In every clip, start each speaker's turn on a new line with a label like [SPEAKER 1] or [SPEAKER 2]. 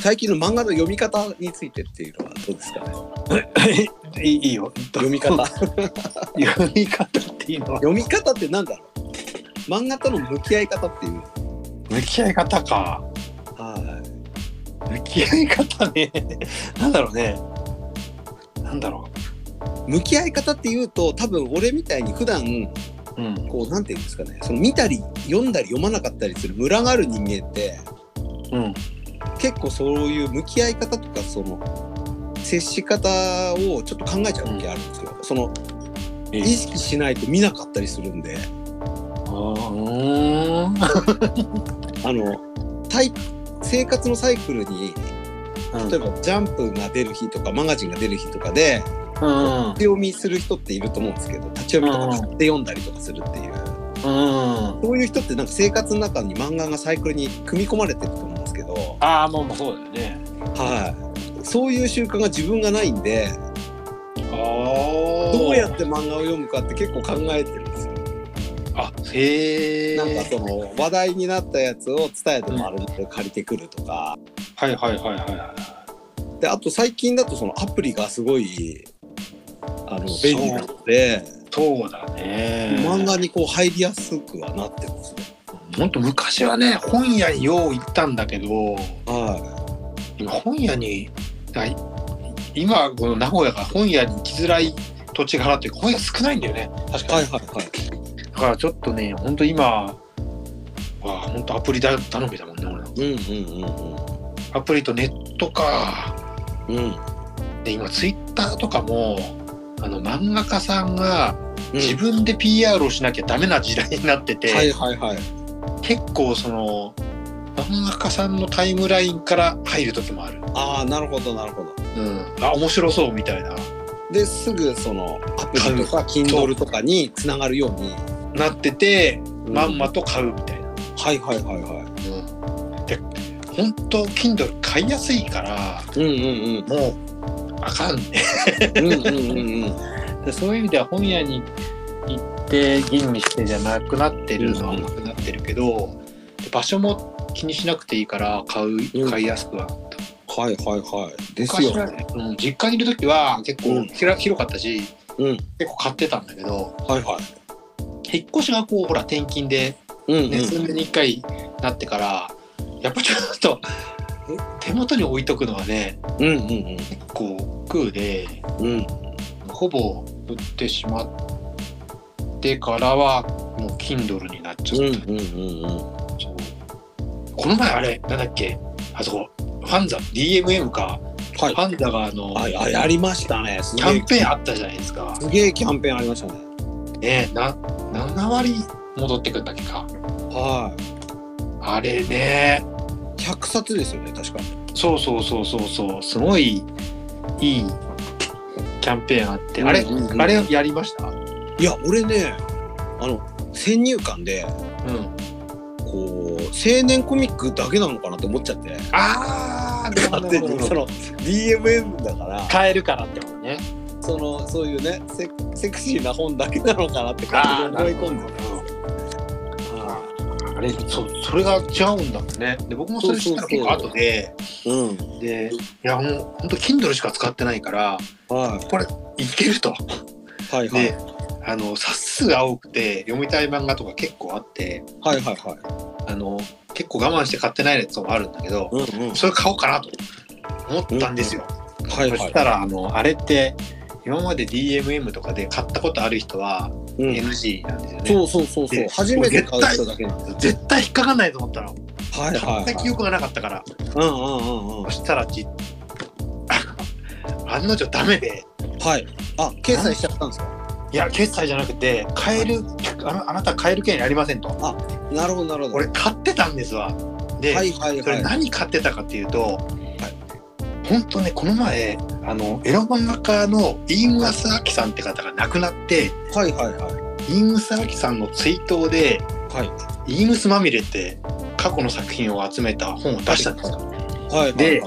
[SPEAKER 1] 最近の漫画の読み方についてっていうのはどうですかね
[SPEAKER 2] いいいいよ。
[SPEAKER 1] 読み方
[SPEAKER 2] 読み方っていうのは
[SPEAKER 1] 読み方ってなんだろう漫画との向き合い方っていう
[SPEAKER 2] 向き合い方か。
[SPEAKER 1] は
[SPEAKER 2] 向き合い方ね。なんだろうね。なんだろ
[SPEAKER 1] い向き合い方っていうと多分俺みたいに普段
[SPEAKER 2] う。うん。
[SPEAKER 1] こうなんていうんですかねその見たり読んだり読まなかったりするムラがある人間って
[SPEAKER 2] うん。
[SPEAKER 1] 結構そういう向き合い方とかその接し方をちょっと考えちゃう時あるんですよ、その
[SPEAKER 2] ええ
[SPEAKER 1] 意識しないと見なかったりするんで
[SPEAKER 2] あーう
[SPEAKER 1] あのタイ生活のサイクルに
[SPEAKER 2] ーん。
[SPEAKER 1] 例えばジャンプが出る日とかマガジンが出る日とかで
[SPEAKER 2] うん。
[SPEAKER 1] 立ち読みする人っていると思うんですけど立ち読みとか買って読んだりとかするっていう
[SPEAKER 2] うん。
[SPEAKER 1] そういう人ってなんか生活の中に漫画がサイクルに組み込まれてると思うんですけど、
[SPEAKER 2] ああ、もうもうそうだよね。
[SPEAKER 1] はい、そういう習慣が自分がないんで
[SPEAKER 2] ああ
[SPEAKER 1] どうやって漫画を読むかって結構考えてるんですよ。
[SPEAKER 2] あ、へえ。
[SPEAKER 1] なんかその話題になったやつを伝えてもあるで借りてくるとか
[SPEAKER 2] はいはいはいはい。
[SPEAKER 1] であと最近だとそのアプリがすごいあの便利なので
[SPEAKER 2] そうだね。
[SPEAKER 1] 漫画にこう入りやすくはなってますね。
[SPEAKER 2] ほんと昔はね、本屋によう行ったんだけど、
[SPEAKER 1] は
[SPEAKER 2] 今本屋に、ない今この名古屋が本屋に行きづらい土地柄っていうか本屋少ないんだよね。確
[SPEAKER 1] い、
[SPEAKER 2] か
[SPEAKER 1] は
[SPEAKER 2] に。
[SPEAKER 1] いはいはい
[SPEAKER 2] だからちょっとね、ほんと今、わあ、ほんとアプリだ頼みだもんね、俺
[SPEAKER 1] うんうん
[SPEAKER 2] アプリとネットか。
[SPEAKER 1] うんうんうん
[SPEAKER 2] で、今ツイッターとかも、あの漫画家さんが自
[SPEAKER 1] 自
[SPEAKER 2] 分で PR をしなきゃダメな時代になってて、
[SPEAKER 1] 分はいはいはい
[SPEAKER 2] 結構その漫画家さんのタイムラインから入る時もある、
[SPEAKER 1] ああなるほどなるほど
[SPEAKER 2] うん、あ面白そうみたいな
[SPEAKER 1] ですぐそのアプリとか Kindle とかにつながるように、
[SPEAKER 2] なってて、まんま
[SPEAKER 1] うん
[SPEAKER 2] と買うみたいな、
[SPEAKER 1] はいはいはいは
[SPEAKER 2] で本当 Kindle 買いやすいから
[SPEAKER 1] いうん
[SPEAKER 2] もうあかんね
[SPEAKER 1] うんうんうんうんうんうん
[SPEAKER 2] でそういう意味では本屋に行って吟味してじゃなくなってるのは
[SPEAKER 1] うん
[SPEAKER 2] なくなってるけどで場所も気にしなくていいから買
[SPEAKER 1] う
[SPEAKER 2] うん買いやすくは
[SPEAKER 1] はいはいはいです
[SPEAKER 2] 昔
[SPEAKER 1] よ
[SPEAKER 2] は、うん、実家にいる時は結
[SPEAKER 1] う
[SPEAKER 2] 構
[SPEAKER 1] ん
[SPEAKER 2] ひら広かったし
[SPEAKER 1] うん
[SPEAKER 2] 結構買ってたんだけど
[SPEAKER 1] はいは
[SPEAKER 2] 引っ越しがこうほら転勤で、
[SPEAKER 1] いうん
[SPEAKER 2] ね数年に1回なってからやっぱちょっとえ手元に置いとくのはね
[SPEAKER 1] うんうん
[SPEAKER 2] 結構億劫で
[SPEAKER 1] うんうん
[SPEAKER 2] ほぼ売ってしまってからはもう Kindle になっちゃった、
[SPEAKER 1] うんうんうん
[SPEAKER 2] そうこの前あれなんだっけあそこファンザ DMM か、
[SPEAKER 1] はい
[SPEAKER 2] ファンザがあの
[SPEAKER 1] ああやりましたねす
[SPEAKER 2] キ
[SPEAKER 1] げ
[SPEAKER 2] ャ
[SPEAKER 1] え
[SPEAKER 2] ンペーンあったじゃないですか
[SPEAKER 1] すげえキャンペーンありましたね
[SPEAKER 2] ねな7割戻ってくるんだっけか
[SPEAKER 1] はい
[SPEAKER 2] あれね
[SPEAKER 1] 100冊ですよね確か
[SPEAKER 2] そうそうそうそうそうすごいいいキャンペーンあって、あれ、
[SPEAKER 1] うんうんうん
[SPEAKER 2] あれやりましたうん
[SPEAKER 1] いや俺ねあの先入観でこう青年コミックだけなのかなって思っちゃ って
[SPEAKER 2] ああ
[SPEAKER 1] 勝手にその DMM だから
[SPEAKER 2] 買えるからってことね
[SPEAKER 1] そのそういうねセセクシーな本だけなのかなって感じで思い込んでるんですよは
[SPEAKER 2] あれそうそれが違うんだもんねで僕もそれ知ったの結構後で
[SPEAKER 1] いうん
[SPEAKER 2] でいやもうほんと Kindle しか使ってないから
[SPEAKER 1] はい
[SPEAKER 2] これいけると
[SPEAKER 1] はいはい
[SPEAKER 2] であの冊数が多くて読みたい漫画とか結構あって
[SPEAKER 1] はいはいはい
[SPEAKER 2] あの結構我慢して買ってないやつもあるんだけど、
[SPEAKER 1] うんうん
[SPEAKER 2] それ買おうかなと思ったんですよ、
[SPEAKER 1] はい
[SPEAKER 2] そ
[SPEAKER 1] は
[SPEAKER 2] し
[SPEAKER 1] い
[SPEAKER 2] たらあのあれって今まで DMM とかで買ったことある人は
[SPEAKER 1] うん
[SPEAKER 2] NG なんですよね、
[SPEAKER 1] そうそうそうそう
[SPEAKER 2] で
[SPEAKER 1] 初めて買う人だけなんで
[SPEAKER 2] 絶対引っかかんないと思ったの
[SPEAKER 1] はい
[SPEAKER 2] 買っ
[SPEAKER 1] は
[SPEAKER 2] た
[SPEAKER 1] い
[SPEAKER 2] 記憶がなかったから、
[SPEAKER 1] うんうんうんうん
[SPEAKER 2] そしたらじ 案の定ダメで
[SPEAKER 1] はいあ決済しちゃったんですか
[SPEAKER 2] いや決済じゃなくて買えるあのあなた買える権利ありませんと
[SPEAKER 1] なるほどなるほど
[SPEAKER 2] 俺買ってたんですわで、
[SPEAKER 1] はいはい
[SPEAKER 2] そ
[SPEAKER 1] は
[SPEAKER 2] れ
[SPEAKER 1] い
[SPEAKER 2] 何買ってたかっていうと、本当ねこの前あのエロ漫画家のインワス・アキさんって方が亡くなって
[SPEAKER 1] はいはいはい
[SPEAKER 2] インウス・アキさんの追悼で
[SPEAKER 1] はい
[SPEAKER 2] 「インウスまみれ」って過去の作品を集めた本を出したんですよ。
[SPEAKER 1] はいはい
[SPEAKER 2] で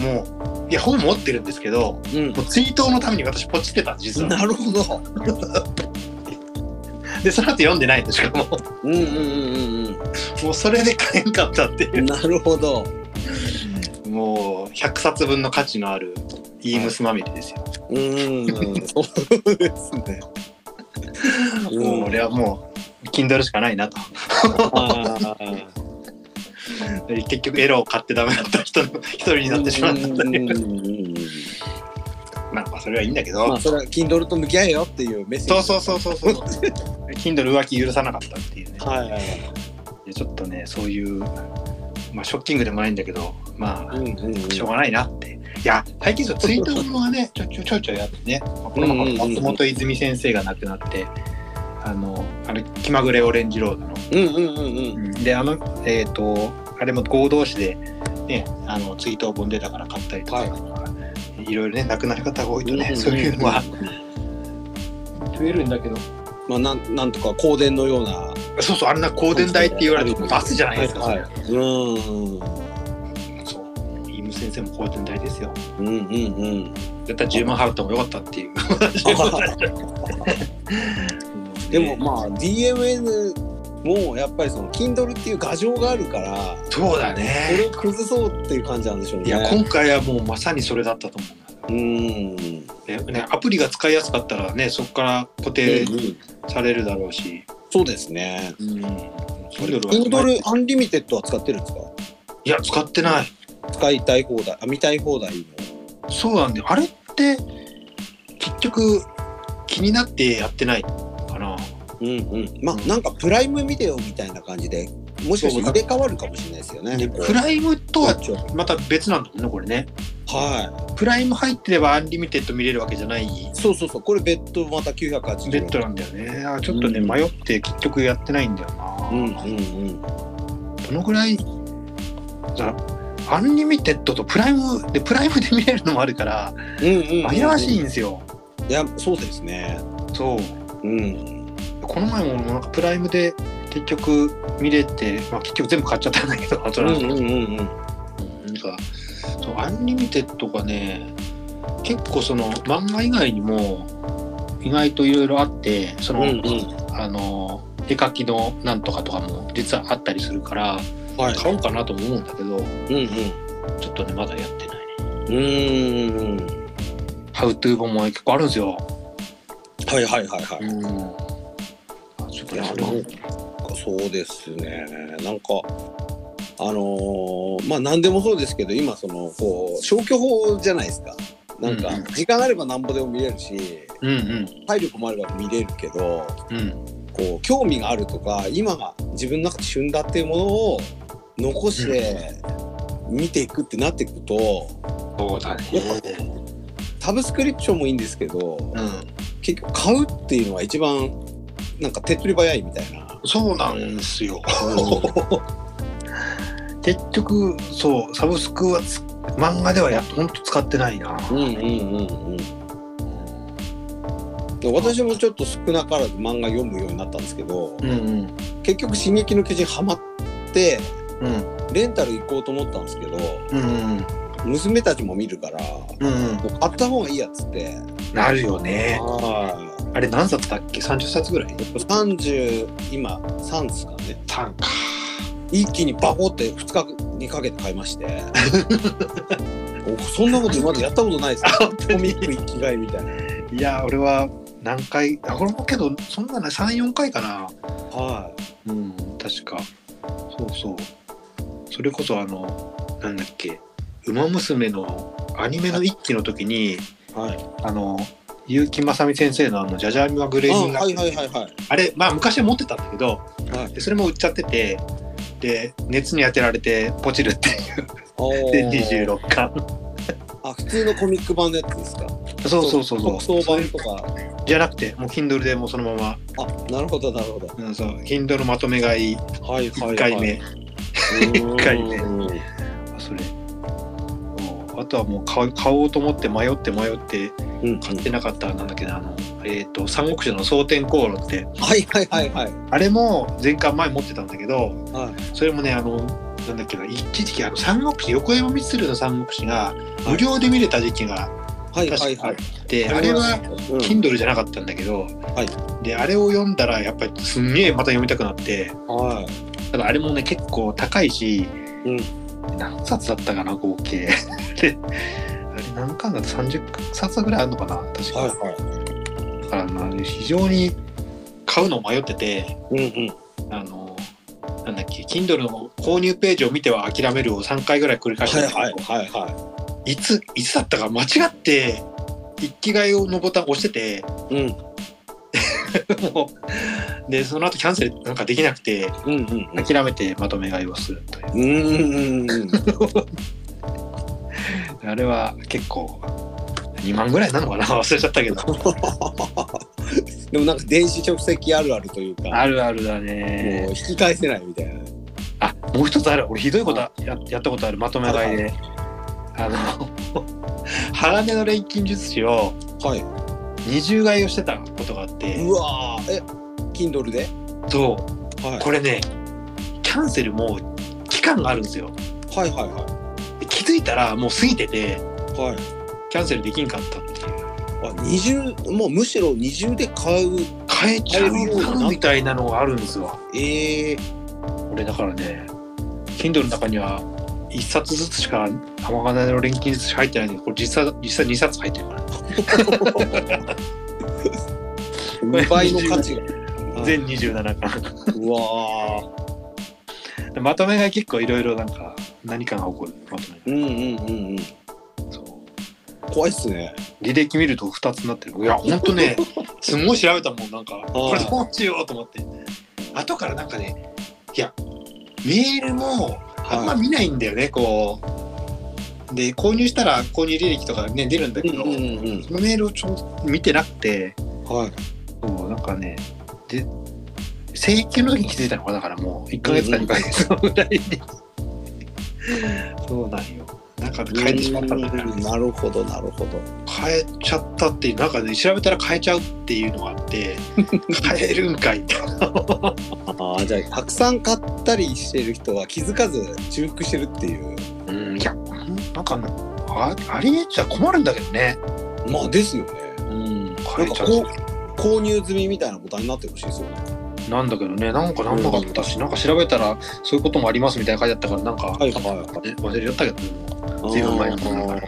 [SPEAKER 2] もういや本持ってるんですけど
[SPEAKER 1] うん
[SPEAKER 2] もう追悼のために私ポチってたんです実は。
[SPEAKER 1] なるほど
[SPEAKER 2] でその後読んでないんでしかも
[SPEAKER 1] うんうんうんうん
[SPEAKER 2] もうそれで買えんかったっていううん
[SPEAKER 1] なるほど
[SPEAKER 2] も100冊分の価値のあるイームスまみれですよ。
[SPEAKER 1] うーん、そうですね。うん
[SPEAKER 2] もう俺はもう Kindle しかないなと。
[SPEAKER 1] あー
[SPEAKER 2] 結局エロを買ってダメだった人の一人になってしまったんだ
[SPEAKER 1] うん
[SPEAKER 2] ね。
[SPEAKER 1] うんうんうん
[SPEAKER 2] まあまあそれはいいんだけ
[SPEAKER 1] ま
[SPEAKER 2] ど
[SPEAKER 1] あ、。それは Kindle と向き合えよっていうメッセー
[SPEAKER 2] そう
[SPEAKER 1] ジ。
[SPEAKER 2] そうそうそ うそう。Kindle 浮気許さなかったっていうね。
[SPEAKER 1] はいはい
[SPEAKER 2] でちょっとねそういうまあショッキングでもないんだけどま
[SPEAKER 1] はい。うんうんうん
[SPEAKER 2] あしょうがないなって。いや最近そうツイートものはねちょちょちょいちょいやってね。まあこのまま松本泉先生が亡くなってあのあれ気まぐれオレンジロードの。
[SPEAKER 1] うんうんうんうん。
[SPEAKER 2] であのえっ、とあれも合同誌で、ね、あのツイート本出たから買ったりとか、い、ろいろね亡くなる方が多いとね、そういうのは増えるんだけど
[SPEAKER 1] まあなんなんとか香典のような。
[SPEAKER 2] そうそうあんな香典代って言われるとバスじゃないですか、
[SPEAKER 1] はいはいうん
[SPEAKER 2] そうイム先生も香典代ですよ
[SPEAKER 1] うんうん うん。
[SPEAKER 2] 絶対10万払ってもよかったっていう
[SPEAKER 1] でもまあ DMN もやっぱりその Kindle っていう画像があるから、
[SPEAKER 2] そうだ
[SPEAKER 1] それ
[SPEAKER 2] ね
[SPEAKER 1] を崩そうっていう感じなんでしょうね。
[SPEAKER 2] いや今回はもうまさにそれだったと思
[SPEAKER 1] うん。
[SPEAKER 2] うねねアプリが使いやすかったらねそこから固定されるだろうし、
[SPEAKER 1] そうですね。
[SPEAKER 2] うん、
[SPEAKER 1] Kindle アンリミテッドは使ってるんですか
[SPEAKER 2] いや使ってない
[SPEAKER 1] 使いたい放題、あ見たい放題の。
[SPEAKER 2] そうなんだよあれって結局気になってやってないかな
[SPEAKER 1] うんうん。まあなんかプライムビデオみたいな感じで、もしかして入れ替わるかもしれないですよね。
[SPEAKER 2] でプライムとは
[SPEAKER 1] イ
[SPEAKER 2] また別なんだもんねこれね
[SPEAKER 1] は
[SPEAKER 2] プライム入ってればアンリミテッド見れるわけじゃない
[SPEAKER 1] い。そうそうそう。これ別途また980円。
[SPEAKER 2] ベッドなんだよねあちょっとね、
[SPEAKER 1] うん
[SPEAKER 2] 迷って結局やってないんだよな、
[SPEAKER 1] うんうんうん。
[SPEAKER 2] どのぐらいじゃあアンリミテッドとプライムでプライムで見れるのもあるから
[SPEAKER 1] うんうん。
[SPEAKER 2] 紛らわしいんですよ、
[SPEAKER 1] いや、そうですね。
[SPEAKER 2] そう
[SPEAKER 1] うん。
[SPEAKER 2] この前もなんかプライムで結局見れて、まあ、結局全部買っちゃったんだけど後
[SPEAKER 1] うん
[SPEAKER 2] 々
[SPEAKER 1] うんうんうん。
[SPEAKER 2] なんかそうアンリミテッドがね結構その漫画以外にも意外といろいろあってその、
[SPEAKER 1] うんうん。
[SPEAKER 2] あの絵描きのなんとかとかも実はあったりするから
[SPEAKER 1] はい。
[SPEAKER 2] 買おうかなとも思うんだけど
[SPEAKER 1] うんうん。
[SPEAKER 2] ちょっとねまだやってないね
[SPEAKER 1] うーん。
[SPEAKER 2] ハウトゥー本も結構あるんですよ
[SPEAKER 1] はいはいはいは
[SPEAKER 2] うんあちょっとねあの
[SPEAKER 1] い。そうですね。なんか、あのーまあ何でもそうですけど、今その、こう、消去法じゃないですか。なんか
[SPEAKER 2] うんうん、
[SPEAKER 1] 時間あればなんぼでも見れるし、
[SPEAKER 2] うんうん
[SPEAKER 1] 体力もあれば見れるけど、
[SPEAKER 2] うん
[SPEAKER 1] こう、興味があるとか、今が自分の中で旬だっていうものを残して、見ていくってなっていくと、
[SPEAKER 2] そうだね
[SPEAKER 1] やっぱサブスクリプションもいいんですけど、
[SPEAKER 2] うん
[SPEAKER 1] 結局買うっていうのが一番なんか手っ取り早いみたいな。
[SPEAKER 2] そうなんです
[SPEAKER 1] う
[SPEAKER 2] よ
[SPEAKER 1] ん
[SPEAKER 2] 結局そうサブスクはつ漫画ではやほんと使ってないな
[SPEAKER 1] うんうんうんうんで私もちょっと少なからず漫画読むようになったんですけど、
[SPEAKER 2] うんうん
[SPEAKER 1] 結局「進撃の巨人」ハマって
[SPEAKER 2] うん
[SPEAKER 1] レンタル行こうと思ったんですけど
[SPEAKER 2] うん
[SPEAKER 1] 娘たちも見るからも
[SPEAKER 2] うんうん
[SPEAKER 1] う買った方がいいやっつって、
[SPEAKER 2] なるよね
[SPEAKER 1] は
[SPEAKER 2] あれ何冊だっけ30冊ぐらい
[SPEAKER 1] い30今3ですかね
[SPEAKER 2] 単か
[SPEAKER 1] 一気にバコって2日にかけて買いまして おそんなこと今までやったことないですねコミック生きがいみたいな。
[SPEAKER 2] いや俺は何回あこれもけどそんなの34回かな
[SPEAKER 1] は
[SPEAKER 2] うん確かそうそうそれこそあのなんだっけ「ウマ娘」のアニメの一期の時に
[SPEAKER 1] い。はい。
[SPEAKER 2] あの結城正美先生のあの「ジャジャーミはグレーニング
[SPEAKER 1] はいはいはいはい。
[SPEAKER 2] あれまあ昔は持ってたんだけど、
[SPEAKER 1] はい
[SPEAKER 2] でそれも売っちゃっててで熱に当てられてポチるっていう
[SPEAKER 1] おー
[SPEAKER 2] で26巻
[SPEAKER 1] あ、普通のコミック版のやつですか。
[SPEAKER 2] そうそうそうそう
[SPEAKER 1] 特装版
[SPEAKER 2] そ
[SPEAKER 1] とか。
[SPEAKER 2] れじゃなくてもう Kindle でもうそのま
[SPEAKER 1] あ、なるほどなるほど。
[SPEAKER 2] ま、うん、そう Kindle のまとめ買い
[SPEAKER 1] はいはいはい。
[SPEAKER 2] 1回目、。
[SPEAKER 1] 1
[SPEAKER 2] 回目あそれうんあとはもう買う買おうと思って迷って迷って
[SPEAKER 1] うん。
[SPEAKER 2] 買ってなかったなんだっけどあのえっ、と「三国志の蒼天航路」って
[SPEAKER 1] はいはいはいはい。
[SPEAKER 2] あれも前回前持ってたんだけど
[SPEAKER 1] は
[SPEAKER 2] それもねあのなんだっけな一時期あの三国志横山光弘の三国志が無料で見れた時期が
[SPEAKER 1] いはいは
[SPEAKER 2] 確
[SPEAKER 1] い
[SPEAKER 2] か
[SPEAKER 1] は
[SPEAKER 2] あ
[SPEAKER 1] い
[SPEAKER 2] っ。て、あれは
[SPEAKER 1] うん、
[SPEAKER 2] Kindle じゃなかったんだけど、
[SPEAKER 1] は
[SPEAKER 2] であれを読んだらやっぱりすんげえまた読みたくなって
[SPEAKER 1] は
[SPEAKER 2] ただあれもね結構高いし、
[SPEAKER 1] うん
[SPEAKER 2] 何冊だったかな、合計。 で、あれ何巻だった ?30 冊ぐらいあるのかな、確か。
[SPEAKER 1] はいは
[SPEAKER 2] だからな非常に買うの迷ってて、
[SPEAKER 1] い。うん
[SPEAKER 2] あの、なんだっけ、Kindle の購入ページを見ては諦めるを3回ぐらい繰り返して
[SPEAKER 1] は
[SPEAKER 2] た
[SPEAKER 1] い
[SPEAKER 2] んですけど、
[SPEAKER 1] はいはいはい
[SPEAKER 2] つ、いつだったか間違って、一気買いのボタン押してて、
[SPEAKER 1] い。うん
[SPEAKER 2] もうで、その後キャンセルなんかできなくて、
[SPEAKER 1] うんうんうん。
[SPEAKER 2] 諦めてまとめ買いをするとい
[SPEAKER 1] うんう
[SPEAKER 2] う。
[SPEAKER 1] んうん。
[SPEAKER 2] あれは結構、2万ぐらいなのか な忘れちゃったけど。
[SPEAKER 1] でもなんか電子書籍あるあるというか、
[SPEAKER 2] あるあるだ
[SPEAKER 1] もう
[SPEAKER 2] ね。
[SPEAKER 1] 引き返せないみたいな。
[SPEAKER 2] あ、もう一つある。俺ひどいことややったことある。まとめ買いで。あの、 鋼の錬金術師を
[SPEAKER 1] はい。
[SPEAKER 2] 二重買いをしてたことがあって、
[SPEAKER 1] うわーえ、Kindle で
[SPEAKER 2] そ
[SPEAKER 1] は
[SPEAKER 2] う、これね、キャンセルも期間があるんですよ。
[SPEAKER 1] い。はいはいは
[SPEAKER 2] で気づいたらもう過ぎてて、
[SPEAKER 1] い。はい。
[SPEAKER 2] キャンセルできんかったっていう。
[SPEAKER 1] あ二重もうむしろ二重で買う
[SPEAKER 2] 変えちゃうなみたいなのがあるんですわ。
[SPEAKER 1] ええ
[SPEAKER 2] 俺だからね Kindle の中には1冊ずつしか浜金の錬金術師入ってないんでこれ実際実際2冊入ってるから、
[SPEAKER 1] 2倍の価値が
[SPEAKER 2] 全27巻
[SPEAKER 1] うわ
[SPEAKER 2] でまとめが結構いろいろなんか何かが起こるまとめ
[SPEAKER 1] ーうんうんうんうん
[SPEAKER 2] がそう
[SPEAKER 1] 怖いっすね
[SPEAKER 2] 履歴見ると2つになってるいやほんとねすごい調べたもんなんかこれどうしようと思って後からなんかねいやメールもあんま見ないんだよね、こうで購入したら購入履歴とかね出るんだけど、
[SPEAKER 1] うん
[SPEAKER 2] そのメールをちょうど見てなくて、
[SPEAKER 1] はい
[SPEAKER 2] そうなんかね、で、請求の時に気づいたのかなだからもう1ヶ月か
[SPEAKER 1] うんうん
[SPEAKER 2] 2ヶ月ぐらいに。そうなんよ。なんか変えてしまったんだね。
[SPEAKER 1] なるほどなるほど
[SPEAKER 2] 変えちゃったっていう、なんかね、調べたら変えちゃうっていうのがあ って、変えるんかいって。
[SPEAKER 1] ああじゃあたくさん買ったりしてる人は気づかず重複してるっていう
[SPEAKER 2] うん、いや、なんかね、あありえちゃ困るんだけどね。
[SPEAKER 1] まあですよね
[SPEAKER 2] う
[SPEAKER 1] な
[SPEAKER 2] ん、変
[SPEAKER 1] ん
[SPEAKER 2] えち
[SPEAKER 1] か
[SPEAKER 2] ゃ
[SPEAKER 1] こ
[SPEAKER 2] う。
[SPEAKER 1] う購入済みみたいなボタンになってほしいですよね
[SPEAKER 2] なんだけどね、なんかなんなかったし、なんか調べたらそういうこともありますみたいな書いてあったから、なんか、
[SPEAKER 1] はいはいはい
[SPEAKER 2] ね忘れちゃったけど、随分前のものだか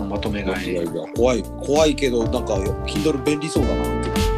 [SPEAKER 2] らまとめ
[SPEAKER 1] いや
[SPEAKER 2] 買
[SPEAKER 1] い
[SPEAKER 2] い
[SPEAKER 1] や。いや怖い怖いけどなんか Kindle 便利そうだなって